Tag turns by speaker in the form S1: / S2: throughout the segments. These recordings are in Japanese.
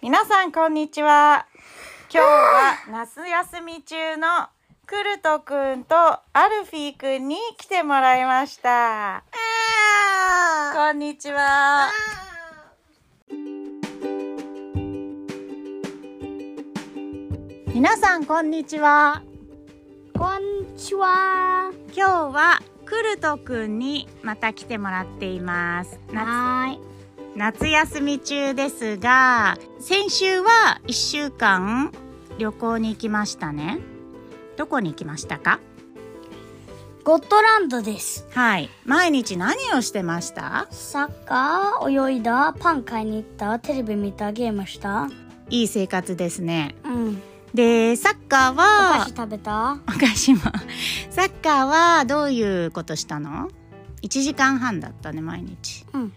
S1: 皆さんこんにちは今日は夏休み中のクルトくんとアルフィーくんに来てもらいましたこんにちは皆さんこんにちは
S2: こんにちは。
S1: 今日はクルトくんにまた来てもらっています夏
S2: はーい。
S1: 夏休み中ですが先週は1週間旅行に行きましたねどこに行きましたか
S2: ゴットランドです。
S1: はい毎日何をしてました
S2: サッカー、泳いだ、パン買いに行った、テレビ見た、ゲームした。
S1: いい生活ですね
S2: うん。
S1: でサッカー
S2: お菓
S1: は
S2: 子食べた。
S1: お菓子も サッカーはどういうことしたの1時間半だったね毎日
S2: うん。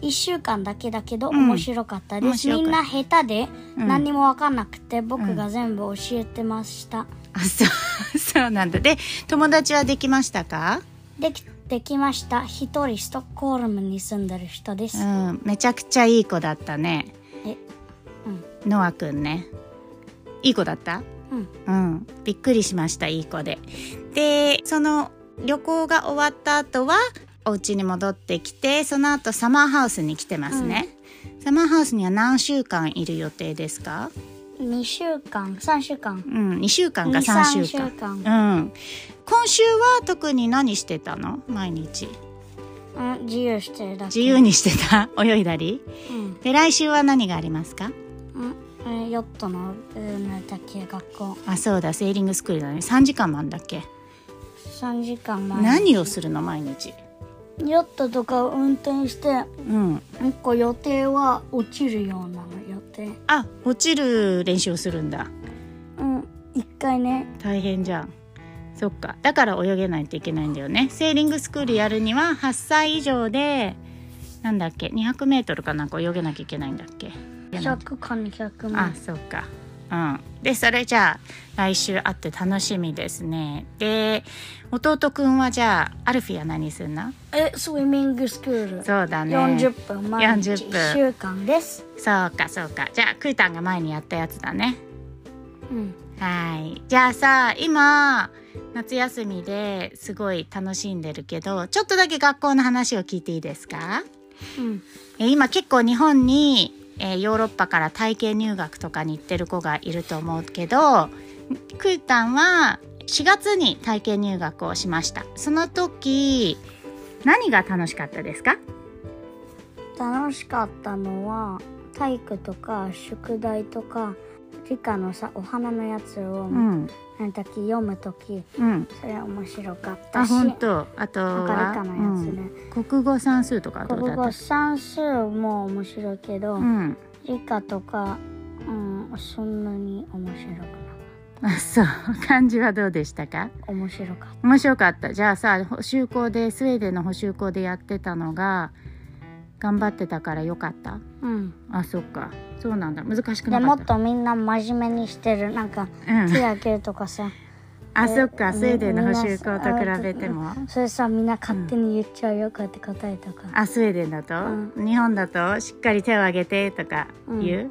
S2: 一週間だけだけど
S1: うん
S2: 面白かったです。
S1: 面白か
S2: み
S1: っ
S2: ん
S1: た
S2: な下手で
S1: うん
S2: 何にもわかんなくて、僕が全部教えてました。
S1: あそうそうなんだで友達はできましたか
S2: できできました。一人ストックホルムに住んでる人です。
S1: うんめちゃくちゃいい子だったね
S2: え、うん
S1: ノアくんねいい子だった
S2: うん
S1: うん、びっくりしましたいい子で。でその旅行が終わった後はお家に戻ってきてその後サマーハウスに来てますね、サマーハウスには何週間いる予定ですか、
S2: 二週間、三週間
S1: う。ん、2週間か3
S2: 二三
S1: 週間
S2: 週間
S1: うん、今週は特に何してたの毎日
S2: うん、自由してるだけ。
S1: 自由にしてた 泳いだり
S2: うん。
S1: で来週は何がありますか
S2: うんえーヨットのうんだっけ学校
S1: あそうだセーリングスクールだね3時間もあんだっけ
S2: 3時間前
S1: 何をするの毎日
S2: ヨットとかを運転して
S1: うん
S2: 一個予定は落ちるようなの予定
S1: あ落ちる練習をするんだ
S2: うん一回ね
S1: 大変じゃんそっかだから泳げないといけないんだよねセーリングスクールやるには8歳以上でなんだっけ 200m かなんか泳げなきゃいけないんだっけ
S2: 100か
S1: あ
S2: 200万
S1: そうかうんでそれじゃあ来週会って楽しみですねで弟くんはじゃあアルフィーは何するの
S2: えスイミングスクール
S1: そうだね
S2: 40分毎日
S1: 40分
S2: 1週間です
S1: そうかそうかじゃあクータンが前にやったやつだね
S2: うん
S1: はい。じゃあさ、今、夏休みですごい楽しんでるけど、ちょっとだけ学校の話を聞いていいですか
S2: うん
S1: え今結構日本に、えーヨーロッパから体験入学とかに行ってる子がいると思うけど、クータンは4月に体験入学をしました。その時、何が楽しかったですか
S2: 楽しかったのは体育とか宿題とか理科のさお花のやつ
S1: う
S2: を、なん、
S1: ん。
S2: 何だっけ読むとき
S1: うん。
S2: それ面白かった
S1: あ、
S2: し
S1: 本当あとは、
S2: なんか理科のやつね、
S1: うん国語算数とかどうだ
S2: 国
S1: っ
S2: 語
S1: た
S2: 算数も面白いけど、
S1: うん。
S2: 理科とか、うん、そんなに面白くな
S1: あそう 漢字はどうでしたか
S2: い面白かっ
S1: 面白かったじゃあさ補修校でスウェーデンの補修校でやってたのが頑張ってたからよかった
S2: た、うん、
S1: あそっかそうなんだ難しく
S2: で
S1: な
S2: も
S1: か
S2: っ
S1: った
S2: とみんな真面目にしてるなんか
S1: うん
S2: 手あげるとかさ
S1: あ
S2: で
S1: そっか
S2: み
S1: スウェーデンの補修校と比べても
S2: それさみんな勝手に言っちゃうよ、こうやって答えとか
S1: あスウェーデンだと、
S2: う
S1: 日本だとしっかり手を挙げてとか言う、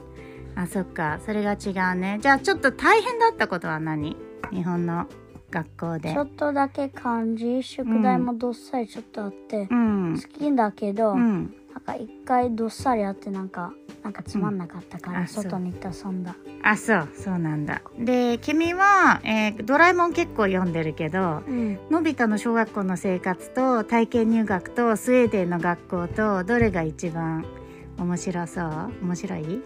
S1: あそっかそれが違うねじゃあちょっと大変だったことは何日本の学校で
S2: ちょっとだけ漢字宿題もどっさりちょっとあって、
S1: うん
S2: 好きだけど、
S1: うん
S2: なんか一回どっさりあってなんかなんかつまんなかったか
S1: うん
S2: ら
S1: あそう
S2: 外に行って遊んだ、
S1: あそうそうなんだで君は、えードラえもん」結構読んでるけど
S2: うん、
S1: のび太の小学校の生活と体験入学とスウェーデンの学校とどれが一番面白そう面白い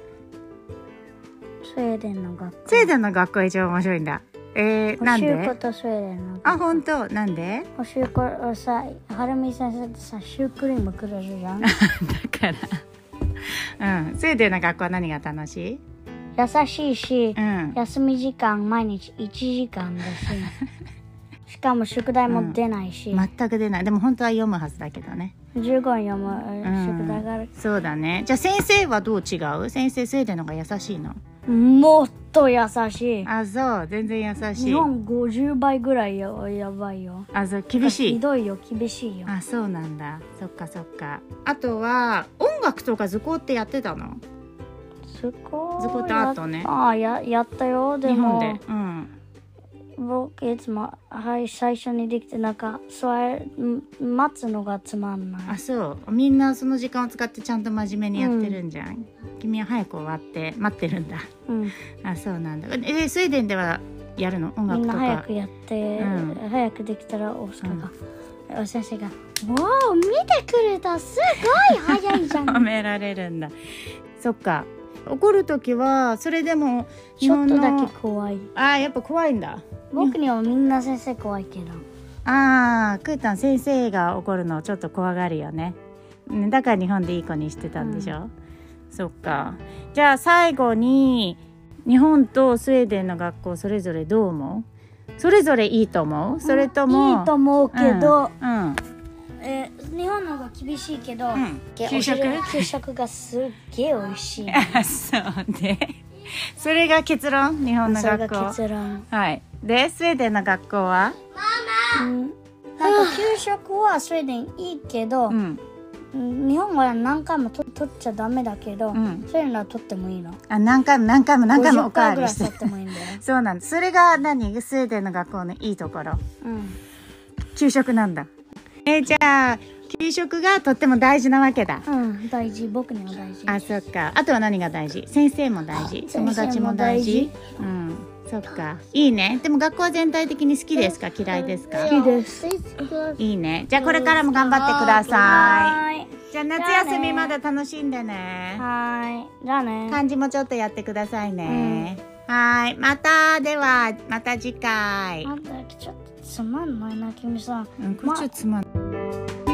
S2: スウェーデンの学校
S1: スウェーデンの学校が一番面白いんだえー、なん
S2: 補習校
S1: で
S2: とスウェーデンの
S1: あ本当なんで
S2: 補習校はさはるみ先生ってさシュークリームくれる じゃん
S1: だからうんスウェーデンの学校は何が楽しい
S2: 優しいし
S1: うん
S2: 休み時間毎日1時間だししかも宿題も出ないし、
S1: 全く出ないでも本当は読むはずだけどね
S2: 15に読むえー
S1: うん
S2: 宿題がある、
S1: そうだねじゃあ先生はどう違う先生スウェーデンの方が優しいの
S2: もっと優しい
S1: あそう全然優し
S2: 日
S1: い
S2: 本50倍ぐらいよやばいよ
S1: あそう厳し
S2: ひ
S1: い
S2: どいよ厳しいよ
S1: あそうなんだそっかそっかあとは音楽とか図工ってやってたの
S2: 図工
S1: 図工とアートね
S2: ああややったよで
S1: 日本
S2: も
S1: でうん
S2: 僕いつも、はい、最初にできてなんか座るん待つのがつまんな
S1: あ
S2: い
S1: そうみんなその時間を使ってちゃんと真面目にやってるんじゃん、君は早く終わって待ってるんだ
S2: うん、
S1: あそうなんだえスウェーデンではやるの音
S2: み
S1: 楽
S2: ん
S1: と
S2: な
S1: か
S2: 早くやって、
S1: うん
S2: 早くできたらオスカーが、お先生が「おお見てくれたすごい早いじゃ
S1: 褒
S2: ん」
S1: められるんだそっか怒る時はそれでも
S2: ちょっと
S1: 日
S2: だ
S1: 本の
S2: け怖い
S1: あーやっぱ怖いんだ
S2: 僕にはみんな先生怖いけど
S1: あークータン先生が怒るのをちょっと怖がるよねねだから日本でいい子にしてたんでしょ、そっかじゃあ最後に日本とスウェーデンの学校それぞれどう思うそれぞれいいと思うそれとも、
S2: いいと思うけど、
S1: うん、うん
S2: えー日本の方が厳しいけど、
S1: うん
S2: け
S1: 給食
S2: お昼給食がすっげえ美味しい
S1: あそうねそれが結論日本の
S2: それ
S1: 学
S2: が
S1: 校
S2: 結 論
S1: はいでスウェーデンの学校は
S2: うんなんか給食はスウェーデンいいけど、
S1: うん
S2: うん日本は何回もと取っちゃダメだけど、
S1: うん
S2: そういうのは取ってもいいの
S1: あ何回も何回も何回もお
S2: 50
S1: かわ
S2: 回
S1: り
S2: ぐらい
S1: して
S2: 取ってもいいんだよ、
S1: そうなんですそれが何スウェーデンの学校のいいところ
S2: うん、
S1: 給食なんだえーじゃあ給食がとっても大事なわけだ
S2: うん、大事僕には大事
S1: あそっかあとは何が大事先生も大事友達も大事うんそっかいいねでも学校は全体的に好きですか嫌いですか
S2: いいです
S1: いいねじゃあこれからも頑張ってくださ
S2: はい
S1: いじゃあ夏休みまだ楽しんでね
S2: はいじゃあね
S1: 漢字もちょっとやってくださいね、はいまたではまた次回、
S2: なんだっけちょっとつまんないな君さん
S1: うん、これちょっとつまんない